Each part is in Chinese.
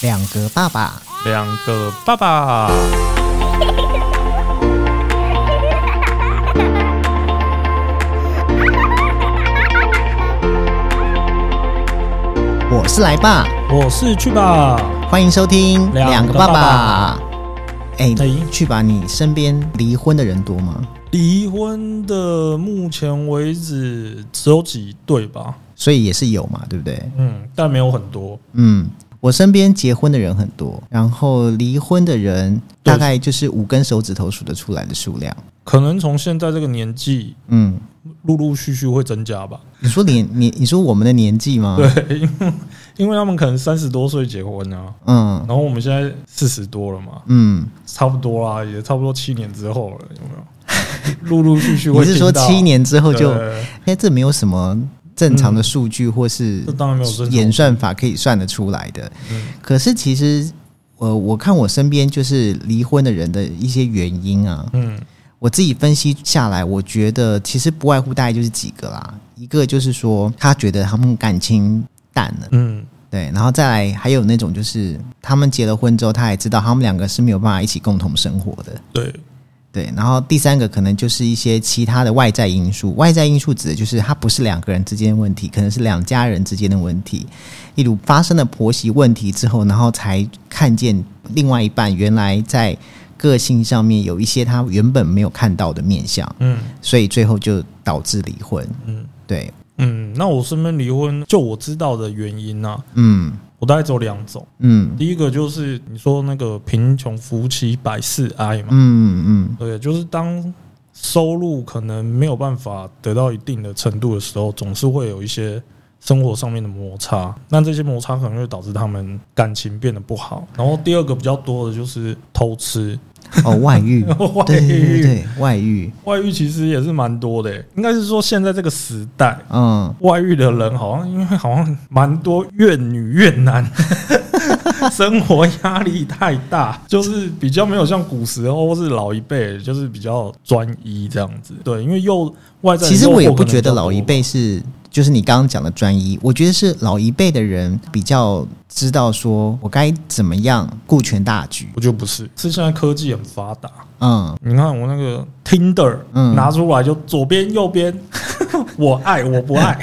两个爸爸，两个爸爸。我是来爸，我是去吧，欢迎收听两个爸爸爸。哎哎，去吧，你身边离婚的人多吗？离婚的目前为止只有几对吧？所以也是有嘛，对不对？嗯，但没有很多。嗯，我身边结婚的人很多，然后离婚的人对大概就是五根手指头数得出来的数量。可能从现在这个年纪， 嗯，陆陆续续会增加吧。你说年年，你说我们的年纪吗？，对，因为因为他们可能三十多岁结婚啊，嗯然后我们现在四十多了嘛，嗯，差不多啦，也差不多七年之后了，有 没有？陆陆续续你会是说听到七年之后对就？对对哎，这没有什么正常的数据或是这当然没有正常演算法可以算得出来的。哦嗯可是其实，呃，我看我身边就是离婚的人的一些原因啊，嗯我自己分析下来，我觉得其实不外乎大概就是几个啦。一个就是说，他觉得他们感情淡了，嗯对，然后再来还有那种就是他们结了婚之后，他也知道他们两个是没有办法一起共同生活的。对，对，然后第三个可能就是一些其他的外在因素。外在因素指的就是它不是两个人之间的问题，可能是两家人之间的问题。例如发生了婆媳问题之后，然后才看见另外一半原来在个性上面有一些他原本没有看到的面相，嗯所以最后就导致离婚。嗯对，嗯。那我身边离婚，就我知道的原因啊，嗯我大概只有两种。嗯第一个就是你说那个贫穷夫妻百事哀嘛，嗯嗯对，就是当收入可能没有办法得到一定的程度的时候，总是会有一些生活上面的摩擦。那这些摩擦可能会导致他们感情变得不好。然后第二个比较多的就是偷吃，，嗯，哦，外遇 外对对对遇，对，外遇，外遇其实也是蛮多的、欸应该是说现在这个时代。嗯，外遇的人好像因为好像蛮多越女越难， 生活压力太大，就是比较没有像古时候或是老一辈，就是比较专一这样子。对，因为又外在的其实我也诱惑不可能觉得比较老一多辈是，就是你刚刚讲的专一，我觉得是老一辈的人比较知道说我该怎么样顾全大局。我觉得不是，是现在科技很发达。嗯，你看我那个 Tinder 嗯拿出来就左边右边， 我爱我不 爱，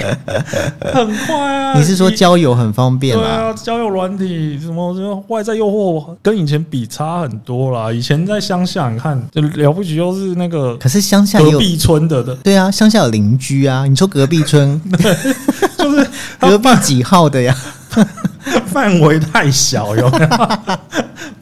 很快啊！你是说一交友很方便对啦？啊，交友软体什么，就外在诱惑跟以前比差很多啦。以前在乡下，你看就了不起，就是那个可是乡下也隔有。壁村的 的，对啊，乡下有邻居啊。你说隔壁 村就是 隔壁几号的呀？范围太小，有没有？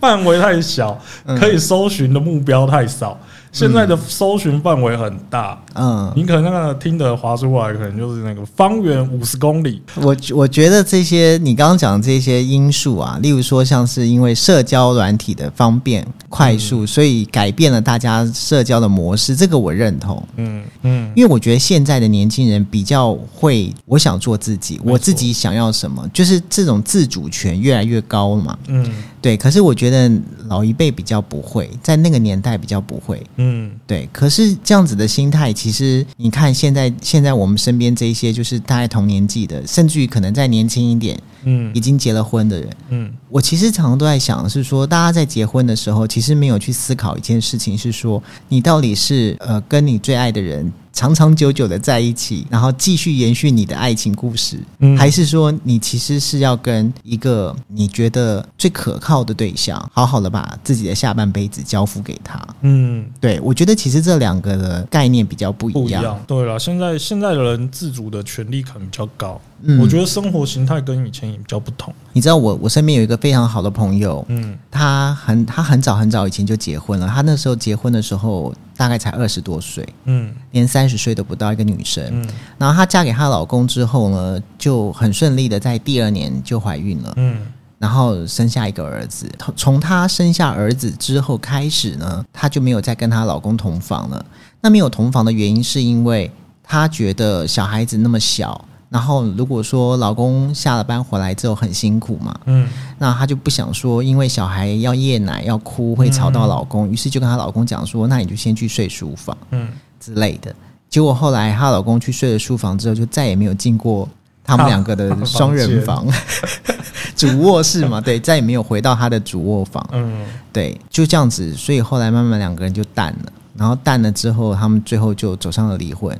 范围太小，嗯可以搜寻的目标太少。现在的搜寻范围很大，嗯，你可能那个听的划出来，可能就是那个方圆五十公里。我我觉得这些你刚刚讲的这些因素啊，例如说像是因为社交软体的方便嗯快速，所以改变了大家社交的模式，这个我认同。嗯嗯，因为我觉得现在的年轻人比较会，我想做自己，错我自己想要什么，就是这种自主权越来越高嘛。嗯对，可是我觉得老一辈比较不会，在那个年代比较不会。嗯对，可是这样子的心态，其实你看现在现在我们身边这一些，就是大概同年纪的，甚至于可能再年轻一点，嗯已经结了婚的人，嗯我其实常常都在想，是说大家在结婚的时候，其实没有去思考一件事情，是说你到底是呃跟你最爱的人长长久久的在一起，然后继续延续你的爱情故事，嗯，还是说你其实是要跟一个你觉得最可靠的对象，好好的把自己的下半辈子交付给他？嗯。对我觉得其实这两个的概念比较不不一一样。样。对了，现在现在的人自主的权利可能比较高，嗯我觉得生活形态跟以前也比较不同。你知道我我身边有一个非常好的朋友，嗯他很他很早很早以前就结婚了，他那时候结婚的时候大概才二十多岁，嗯连三十岁都不到一个女生。嗯然后她嫁给她老公之后呢，就很顺利的在第二年就怀孕了，嗯然后生下一个儿子。从从她生下儿子之后开始呢，她就没有再跟她老公同房了。那没有同房的原因是因为她觉得小孩子那么小。然后，如果说老公下了班回来之后很辛苦嘛，嗯那她就不想说，因为小孩要夜奶要哭会吵到老公，于是就跟她老公讲说，那你就先去睡书房嗯，之类的。结果后来她老公去睡了书房之后，就再也没有进过他们两个的双人房， 主卧室嘛，对，再也没有回到他的主卧房，嗯，对，就这样子，所以后来慢慢两个人就淡了，然后淡了之后，他们最后就走上了离婚，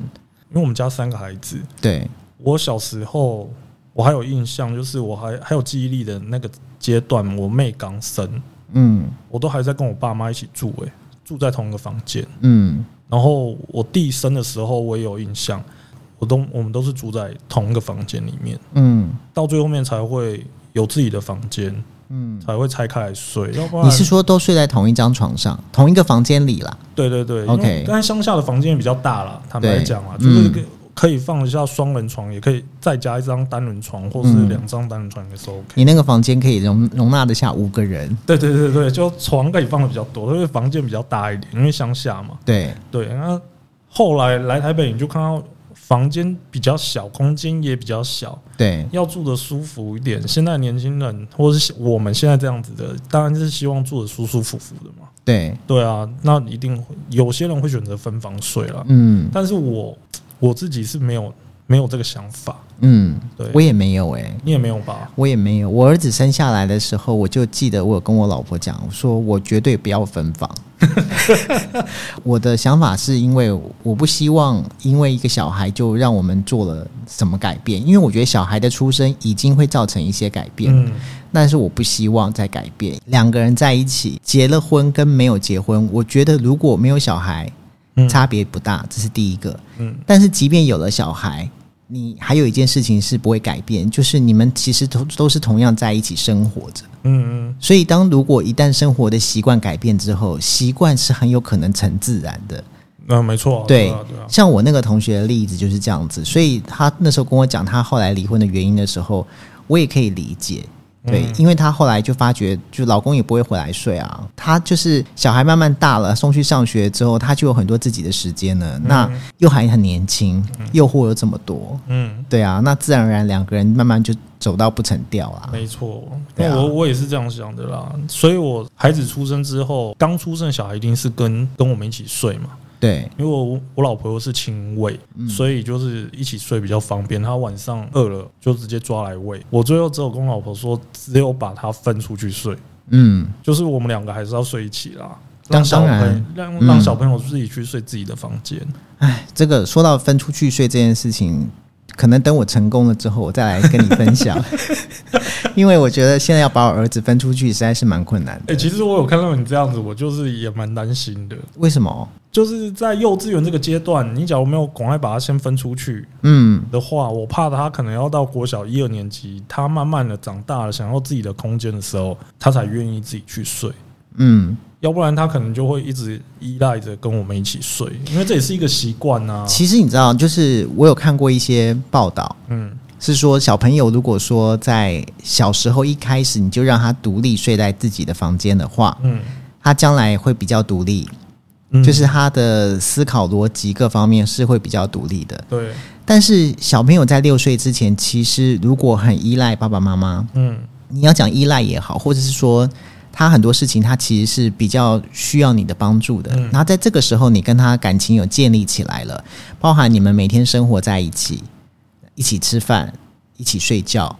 因为我们家三个孩子，对，我小时候我还有印象，就是我还还有记忆力的那个阶段，我妹刚生，嗯我都还在跟我爸妈一起住、欸，住在同一个房间。嗯然后我弟生的时候，我也有印象，我都我们都是住在同一个房间里面，嗯到最后面才会有自己的房间，嗯，才会拆开来睡。要不然你是说都睡在同一张床上，同一个房间里啦？对对对 OK 因为但是乡下的房间也比较大啦，坦白对讲啊，就是嗯可以可以放得下双人床，也可以再加一张单人床，或是嗯两张单人床也是 OK。你那个房间可以容容纳得下五个人，对对对对，就床可以放的比较多，因为房间比较大一点，因为乡下嘛。对，对，那后来来台北，你就看到房间比较小，空间也比较小，对，要住的舒服一点。现在年轻人或者是我们现在这样子的，当然是希望住的舒舒服服的嘛。对，对啊，那一定会有些人会选择分房睡啦。嗯但是我我自己是没有没有这个想法，嗯，对我也没有哎、你也没有吧？我也没有。我儿子生下来的时候，我就记得我有跟我老婆讲，我说我绝对不要分 房。我的想法是因为我不希望因为一个小孩就让我们做了什么改变，因为我觉得小孩的出生已经会造成一些改变，嗯，但是我不希望再改变。两个人在一起，结了婚跟没有结婚，我觉得如果没有小孩，嗯差别不大，这是第一个。嗯但是即便有了小孩，你还有一件事情是不会改变，就是你们其实都都是同样在一起生活着。嗯嗯，所以，当如果一旦生活的习惯改变之后，习惯是很有可能成自然的。那、没错、啊，对啊对啊，像我那个同学的例子就是这样子，所以他那时候跟我讲他后来离婚的原因的时候，我也可以理解。对，因为她后来就发觉，就老公也不会回来睡啊。她就是小孩慢慢大了，送去上学之后，她就有很多自己的时间了。那又还很年轻，诱惑又这么多，嗯，对啊，那自然而然两个人慢慢就走到不成调啦。没错。啊对啊那我我也是这样想的啦，所以我孩子出生之后，刚出生的小孩一定是跟跟我们一起睡嘛，对，因为我我老婆又是亲喂，嗯所以就是一起睡比较方便。她晚上饿了就直接抓来喂。我最后只有跟我老婆说，只有把她分出去睡，嗯，就是我们两个还是要睡一起啦。当让小当然朋友让嗯让小朋友自己去睡自己的房间。哎，这个说到分出去睡这件事情，可能等我成功了之后，我再来跟你分享，因为我觉得现在要把我儿子分出去实在是蛮困难哎、的。其实我有看到你这样子，我就是也蛮担心的。为什么？就是在幼稚园这个阶段，你假如没有赶快把他先分出去嗯的话，我怕他可能要到国小一二年级，他慢慢的长大了，想要自己的空间的时候，他才愿意自己去睡。嗯，要不然他可能就会一直依赖着跟我们一起睡，因为这也是一个习惯啊呐。其实你知道，就是我有看过一些报道，嗯是说小朋友如果说在小时候一开始你就让他独立睡在自己的房间的话，嗯他将来会比较独立，嗯，就是他的思考逻辑各方面是会比较独立的。对，但是小朋友在六岁之前，其实如果很依赖爸爸妈妈，嗯你要讲依赖也好，或者是说他很多事情他其实是比较需要你的帮助的。嗯然后在这个时候，你跟他感情有建立起来了，包含你们每天生活在一起，一起吃饭，一起睡觉，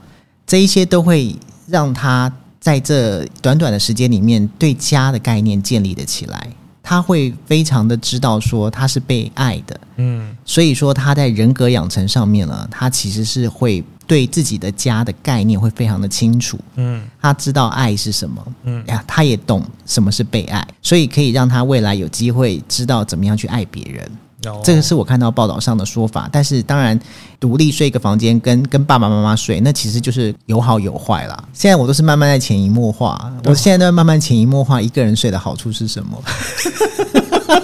这一些都会让他在这短短的时间里面对家的概念建立的起来。他会非常的知道说他是被爱的，嗯所以说他在人格养成上面呢，他其实是会对自己的家的概念会非常的清楚，嗯他知道爱是什么，嗯呀，他也懂什么是被爱，所以可以让他未来有机会知道怎么样去爱别人。然后这个是我看到报道上的说法，但是当然，独立睡一个房间跟跟爸爸妈妈睡，那其实就是有好有坏啦。现在我都是慢慢在潜移默化，我现在都在慢慢潜移默化，一个人睡的好处是什么？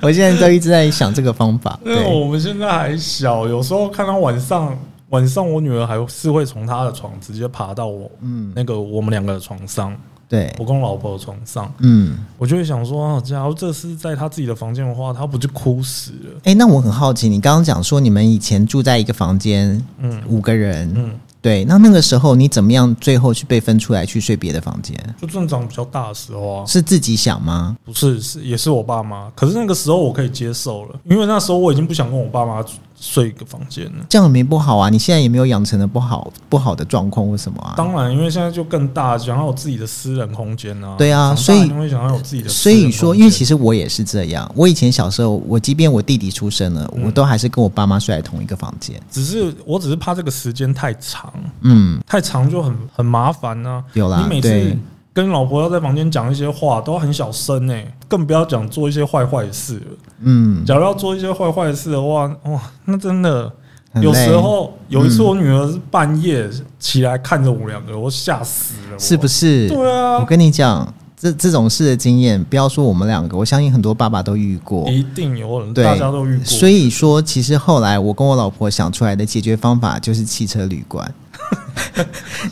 我现在都一直在想这个方法。因为对，我们现在还小，有时候看到晚上晚上，我女儿还是会从她的床直接爬到我，嗯，那个我们两个的床上，对我，跟我老婆的床上，嗯，我就会想说，啊假如这是在她自己的房间的话，她不就哭死了？哎、那我很好奇，你刚刚讲说你们以前住在一个房间，嗯五个人，嗯，对，那那个时候你怎么样？最后去被分出来去睡别的房间，就正长比较大的时候啊，是自己想吗？不是，是也是我爸妈。可是那个时候我可以接受了，因为那时候我已经不想跟我爸妈睡一个房间了。这样也没不好啊，你现在也没有养成了不好不好的状况或什么啊。当然，因为现在就更大，想要有自己的私人空间啊。对啊长大所以一定会想要有自己的私所人空以间。说，因为其实我也是这样，我以前小时候，我即便我弟弟出生了，我都还是跟我爸妈睡在同一个房间。只是我只是怕这个时间太长，嗯，太长就很很麻烦呢、有啦你，每次对，跟老婆要在房间讲一些话，都很小声呢、更不要讲做一些坏坏的事了。嗯，假如要做一些坏坏的事的话，哇，那真的很有累嗯时候有一次我女儿是半夜起来看着我们两个，我吓死了，是不是？是？对我啊，跟你讲，这这种事的经验，不要说我们两个，我相信很多爸爸都遇过。一定有人，对大家都遇过。所以说，其实后来我跟我老婆想出来的解决方法就是汽车旅馆，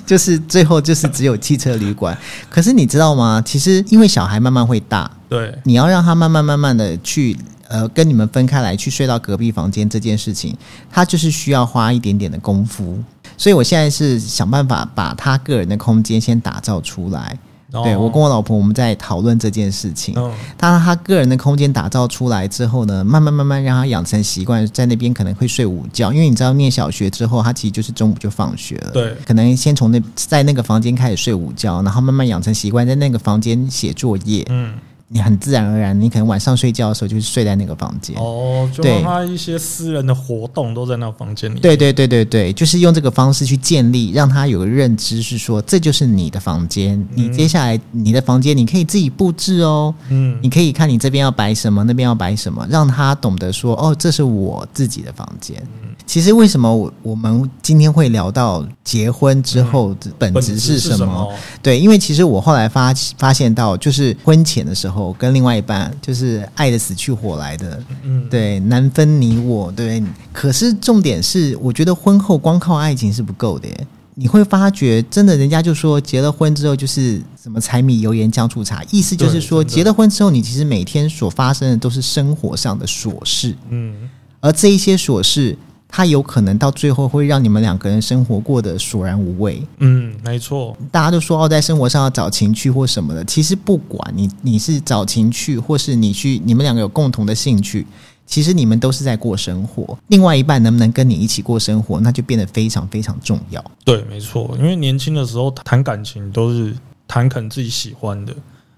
就是最后就是只有汽车旅馆。可是你知道吗？其实因为小孩慢慢会大，对，你要让他慢慢慢慢的去呃跟你们分开来，去睡到隔壁房间这件事情，他就是需要花一点点的功夫。所以我现在是想办法把他个人的空间先打造出来。然后对我跟我老婆我们在讨论这件事情。嗯，当然，他个人的空间打造出来之后呢，慢慢慢慢让他养成习惯，在那边可能会睡午觉，因为你知道念小学之后，他其实就是中午就放学了。对可能先从那在那个房间开始睡午觉，然后慢慢养成习惯，在那个房间写作业。嗯，你很自然而然，你可能晚上睡觉的时候就是睡在那个房间。哦，就对让他一些私人的活动都在那房间里。对对对对对，就是用这个方式去建立，让他有个认知，是说这就是你的房间，你接下来你的房间你可以自己布置哦，嗯，你可以看你这边要摆什么，那边要摆什么，让他懂得说哦，这是我自己的房间。嗯其实为什么我我们今天会聊到结婚之后的本嗯本质质是是什什么？？对，因为其实我后来发发现到，就是婚前的时候跟另外一半就是爱的死去活来的，嗯，对，难分你我，对。可是重点是，我觉得婚后光靠爱情是不够的耶。你会发觉，真的，人家就说结了婚之后就是什么柴米油盐酱醋茶，意思就是对说，真的结了婚之后，你其实每天所发生的都是生活上的琐事，嗯，而这一些琐事，它有可能到最后会让你们两个人生活过得索然无味。嗯，没错，大家都说哦，在生活上要找情趣或什么的，其实不管你你是找情趣，或是你去你们两个有共同的兴趣，其实你们都是在过生活。另外一半能不能跟你一起过生活，那就变得非常非常重要。对，没错，因为年轻的时候谈感情都是谈肯自己喜欢的，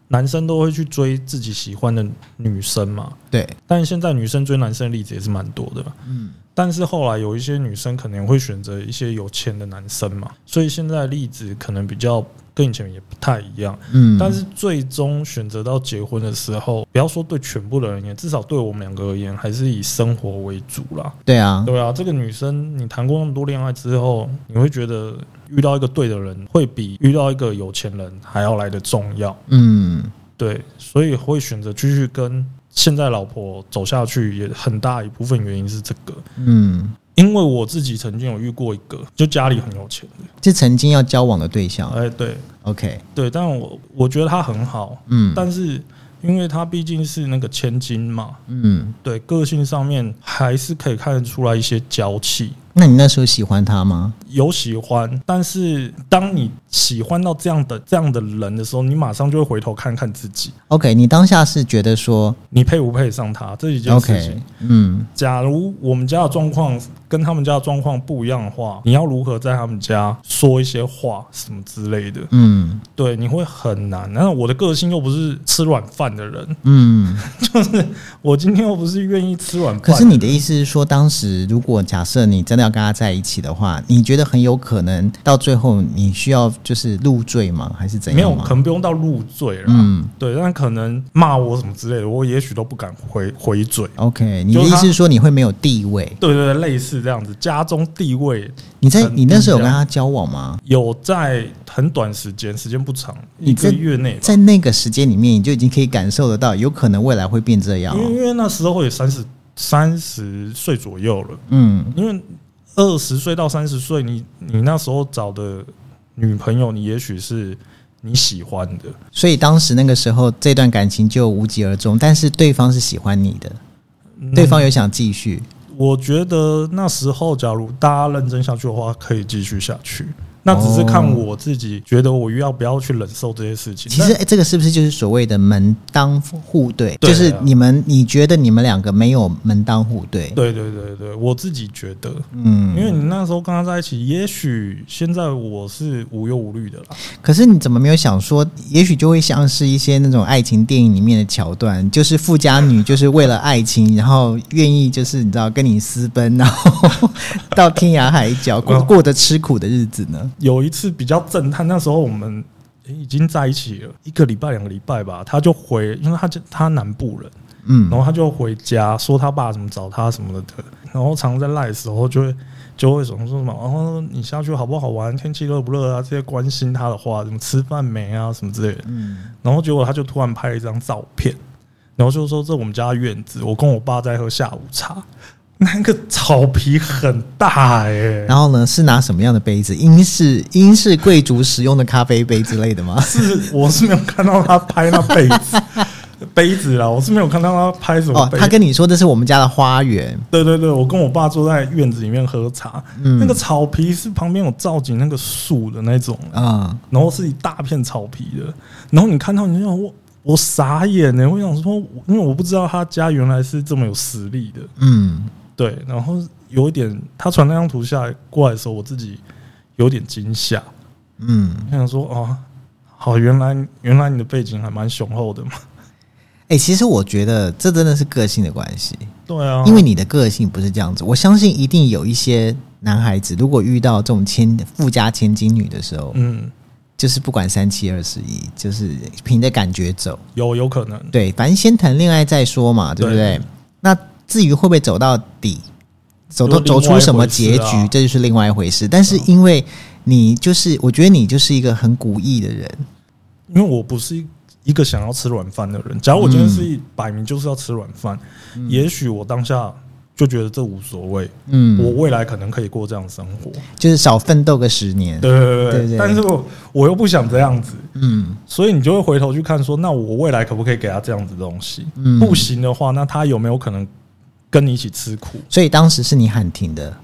男生都会去追自己喜欢的女生嘛。对，但现在女生追男生的例子也是蛮多的，嗯，但是后来有一些女生可能会选择一些有钱的男生嘛，所以现在的例子可能比较跟以前也不太一样。嗯，但是最终选择到结婚的时候，不要说对全部的人而言，至少对我们两个而言，还是以生活为主啦。对啊，对啊，这个女生你谈过那么多恋爱之后，你会觉得遇到一个对的人，会比遇到一个有钱人还要来的重要。嗯，对，所以会选择继续跟现在老婆走下去，也很大一部分原因是这个。嗯，因为我自己曾经有遇过一个，就家里很有钱的，是曾经要交往的对象。哎，对 OK，对，但我我觉得他很好，嗯，但是因为他毕竟是那个千金嘛，嗯，对，个性上面还是可以看得出来一些娇气，那你那时候喜欢他吗？有喜欢，但是当你喜欢到这样的这样的人的时候，你马上就会回头看看自己， OK，你当下是觉得说你配不配得上他这一件事情 OK，。嗯假如我们家的状况跟他们家的状况不一样的话，你要如何在他们家说一些话什么之类的？嗯对，你会很难。那我的个性又不是吃软饭的人，嗯，我今天又不是愿意吃软饭。可是你的意思是说，当时如果假设你真的要跟他在一起的话，你觉得很有可能到最后你需要就是入赘吗？还是怎没有样，吗？可能不啊用到入赘了。嗯对，但可能骂我什么之类的，我也许都不敢回回嘴。 ，OK，你的意思是说你会没有地位？对对对，类似这样子，家中地位你在很你那时候有跟他交往吗？有在很短时间，时间不长，你一个在月内吧。在那个时间里面，你就已经可以感受得到，有可能未来会变这样因哦、为因为那时候也三十三十岁左右了，嗯，因为二十岁到三十岁，你你那时候找的女朋友，你也许是你喜欢的，所以当时那个时候，这段感情就无疾而终。但是对方是喜欢你的，嗯对方有想继续。我觉得那时候，假如大家认真下去的话，可以继续下去。那只是看我自己觉得我要不要去忍受这些事哦情。其实、哎诶这个是不是就是所谓的门当户对？对啊就是你们，你觉得你们两个没有门当户对？但，对对对对，我自己觉得，嗯，因为你那时候跟他在一起，也许现在我是无忧无虑的啦。可是你怎么没有想说，也许就会像是一些那种爱情电影里面的桥段，就是富家女就是为了爱情，然后愿意就是你知道跟你私奔，然后 到天涯海角嗯过过着吃苦的日子呢？有一次比较震撼，那时候我们诶已经在一起了一个礼拜、两个礼拜吧，他就回，因为他就他南部人，嗯然，后他就回家说他爸怎么找他什么的，然后常常在赖的时候就会就会什么说什么，然后你下去好不好玩，天气热不热啊，这些关心他的话，什么吃饭没啊什么之类的，嗯，然后结果他就突然拍了一张照片，然后就说这我们家院子，我跟我爸在喝下午茶，那个草皮很大哎、然后呢是拿什么样的杯子？英式英式贵族使用的咖啡杯之类的吗？是我是没有看到他拍那杯 子杯子啦，我是没有看到他拍什么哦，杯他子。跟你说这是我们家的花园，对对对，我跟我爸坐在院子里面喝茶，嗯那个草皮是旁边有造景那个树的那种，啊、然后是一大片草皮的，然后你看到你就想我我傻眼欸呢、我想说，因为我不知道他家原来是这么有实力的，嗯，对，然后有一点他传那张图下来过来的时候，我自己有点惊吓，嗯，我想说哦，好，原来原来你的背景还蛮雄厚的嘛，哎、其实我觉得这真的是个性的关系。对啊，因为你的个性不是这样子，我相信一定有一些男孩子，如果遇到这种千富家千金女的时候，嗯，就是不管三七二十一，就是凭着感觉走。有有可能，对，反正先谈恋爱再说嘛，对不对？对那至于会不会走到底，走到就另走外出什么结一回局，事啊嗯这就是另外一回事。但是因为你就是，我觉得你就是一个很古意的人，因为我不是一个想要吃软饭的人。假如我今天是一摆明就是要吃软饭，也许我当下就觉得这无所谓，我嗯，未来可能可以过这样的生活。就是少奋斗个十年，对对对对对对，但是我我又不想这样子，嗯所以你就会回头去看说，那我未来可不可以给他这样子的东西？嗯，不行的话，那他有没有可能跟你一起吃苦所以当时是你喊停的，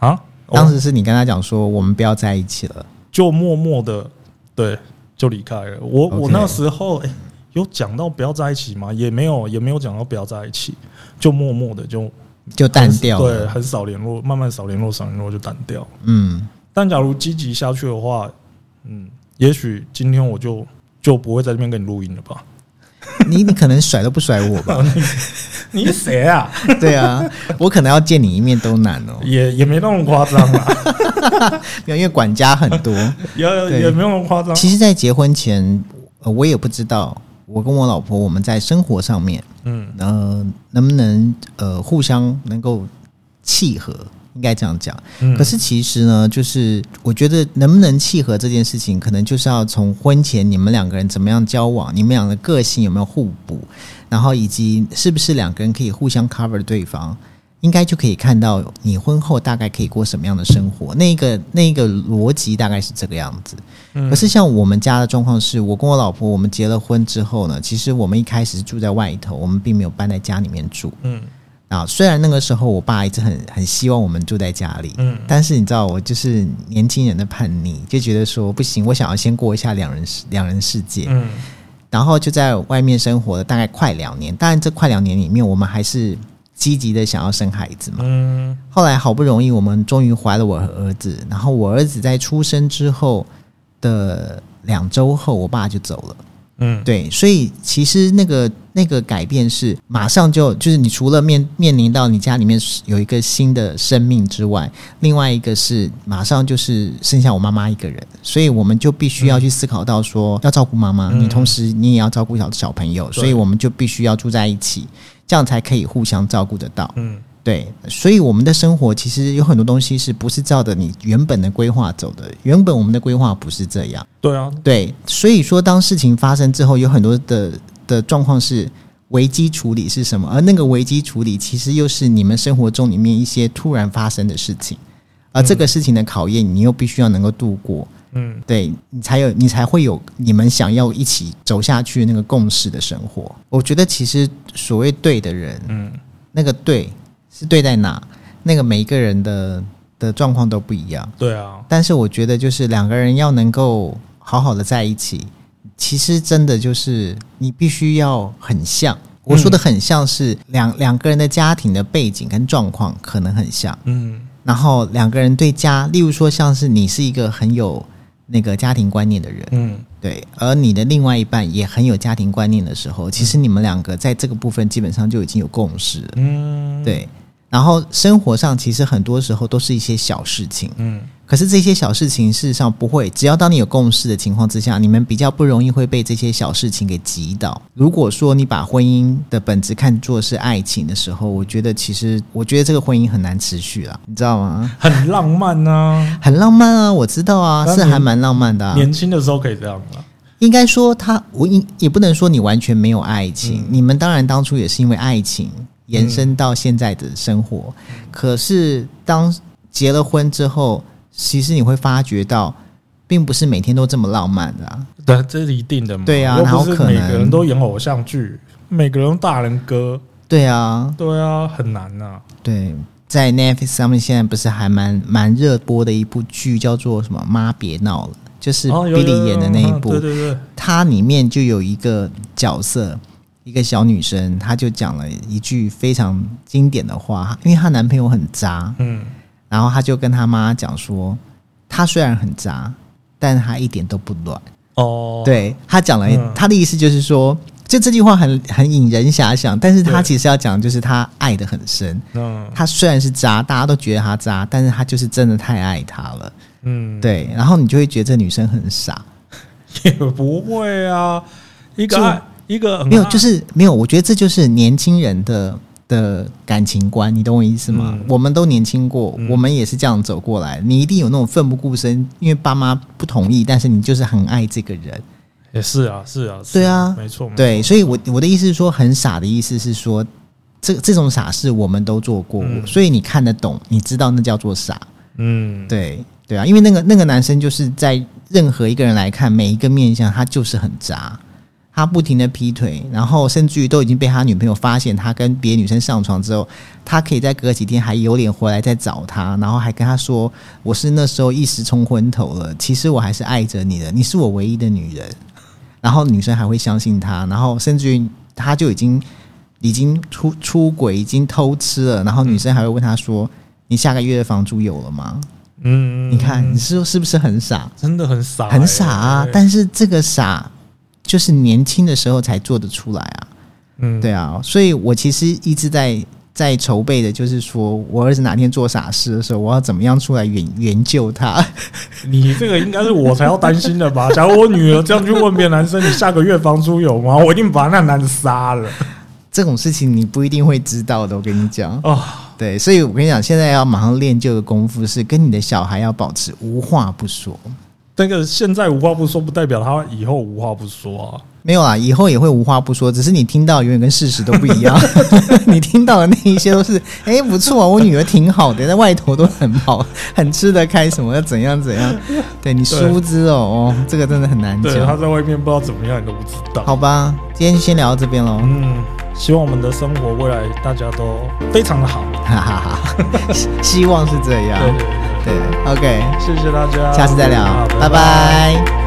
啊？当哦时是你跟他讲说，我们不要在一起了。就默默的对就离开了。我 OK 我那时候哎、有讲到不要在一起吗？也没有，也没有讲到不要在一起，就默默的就就淡掉了。对，很少联络，慢慢少联络，少联络就淡掉。嗯，但假如积极下去的话，嗯，也许今天我就就不会在这边跟你录音了吧？你你可能甩都不甩我 吧？你是谁啊？对啊，我可能要见你一面都难哦， 也也没那么夸张啊啦，没有因为管家很 多。也对也没 有那么夸张。其实，在结婚前，呃我也不知道，我跟我老婆我们在生活上面，嗯，呃，能不能呃互相能够契合，应该这样讲。嗯可是其实呢，就是我觉得能不能契合这件事情，可能就是要从婚前你们两个人怎么样交往，你们俩的个性有没有互补，然后以及是不是两个人可以互相 cover 对方，应该就可以看到你婚后大概可以过什么样的生活。那个那个逻辑大概是这个样子。嗯可是像我们家的状况是，我跟我老婆我们结了婚之后呢，其实我们一开始是住在外头，我们并没有搬在家里面住。嗯啊，虽然那个时候我爸一直很很希望我们住在家里，嗯但是你知道我就是年轻人的叛逆，就觉得说不行，我想要先过一下两人世两人世界，嗯然后就在外面生活了大概快两年。当然，这快两年里面，我们还是积极的想要生孩子嘛。嗯后来好不容易，我们终于怀了我儿子，然后我儿子在出生之后的两周后，我爸就走了。嗯，对，所以其实那个那个改变是马上就就是你除了面面临到你家里面有一个新的生命之外，另外一个是马上就是剩下我妈妈一个人，所以我们就必须要去思考到说要照顾妈妈，嗯你同时你也要照顾小小朋友，所以我们就必须要住在一起，这样才可以互相照顾得到。嗯对，所以我们的生活其实有很多东西是不是照着你原本的规划走的？原本我们的规划不是这样。对啊，对，所以说当事情发生之后，有很多的的状况是危机处理是什么，而那个危机处理其实又是你们生活中里面一些突然发生的事情，而这个事情的考验，你又必须要能够度过，嗯对你才有你才会有你们想要一起走下去那个共识的生活。我觉得其实所谓对的人，嗯那个对是对在哪，那个每一个人的的状况都不一样。对啊，但是我觉得，就是两个人要能够好好的在一起，其实真的就是你必须要很像。我说的很像是两两个人的家庭的背景跟状况可能很像，嗯然后两个人对家，例如说像是你是一个很有那个家庭观念的人，嗯，对，而你的另外一半也很有家庭观念的时候，其实你们两个在这个部分基本上就已经有共识了，嗯，，对。然后生活上其实很多时候都是一些小事情，嗯可是这些小事情事实上不会，只要当你有共识的情况之下，你们比较不容易会被这些小事情给击倒。如果说你把婚姻的本质看作是爱情的时候，我觉得其实我觉得这个婚姻很难持续了，你知道吗？很浪漫啊，很浪漫啊，我知道啊，那是你还蛮浪漫 的、啊。年轻的时候可以这样啊，应该说他，我应也不能说你完全没有爱情。嗯你们当然当初也是因为爱情延伸到现在的生活，嗯可是当结了婚之后，其实你会发觉到，并不是每天都这么浪漫的、啊。对，这是一定的嘛，对啊又哪有不是可能每个人都演偶像剧，每个人都大人哥，对啊，对啊，很难呐，对，在 Netflix 上面现在不是还蛮蛮热播的一部剧，叫做什么《妈别闹了》，就是哦有有 Billy 有演的那一嗯部。对对对，它里面就有一个角色，一个小女生，她就讲了一句非常经典的话，因为她男朋友很渣，嗯，然后她就跟她妈讲说，她虽然很渣，但她一点都不软。哦，，对她讲了，嗯她的意思就是说，就这句话很很引人遐想，但是她对其实要讲的就是她爱的很深。嗯她虽然是渣，大家都觉得她渣，但是她就是真的太爱他了。嗯，对，然后你就会觉得这女生很傻。也不会啊，一个就爱一个很没有，爱就是没有。我觉得这就是年轻人的的感情观，你懂我意思吗？嗯我们都年轻过，嗯我们也是这样走过来。你一定有那种奋不顾身，因为爸妈不同意，但是你就是很爱这个人。也是啊，是啊，是对啊没错，没错对，所以我我的意思是说，很傻的意思是说，这这种傻事我们都做过，嗯所以你看得懂，你知道那叫做傻。嗯，对对啊，因为那个那个男生就是在任何一个人来看，每一个面相他就是很渣，他不停的劈腿，然后甚至于都已经被他女朋友发现他跟别的女生上床之后，他可以在隔几天还有脸回来再找他，然后还跟他说我是那时候一时冲昏头了，其实我还是爱着你的，你是我唯一的女人。然后女生还会相信他，然后甚至于他就已经已经出出轨，已经偷吃了，然后女生还会问他说：“你下个月的房租有了吗？”嗯，你看，你是是不是很傻？真的很傻欸，很傻啊！对但是这个傻，就是年轻的时候才做得出来啊。嗯，对啊，所以我其实一直在在筹备的，就是说我儿子哪天做傻事的时候，我要怎么样出来援援救他。 你这个应该是我才要担心的吧？假如我女儿这样去问别的男生，你下个月房租有吗？我一定把那男的杀了这种事情你不一定会知道的，我跟你讲。啊！对，所以我跟你讲，现在要马上练就的功夫是跟你的小孩要保持无话不说。那个现在无话不说，不代表他以后无话不说啊。没有啦，以后也会无话不说，只是你听到永远跟事实都不一样。 你听到的那一些都是，哎、不错啊，我女儿挺好的，在外头都很好，很吃得开，什么的怎样怎样。对你对殊不知哦，哦，这个真的很难对，他讲。在外面不知道怎么样，你都不知道。好吧，今天先聊到这边喽，嗯，希望我们的生活未来大家都非常的好。哈哈哈， 希希望是这样对。对对，对，OK，谢谢大家，下次再聊好，拜拜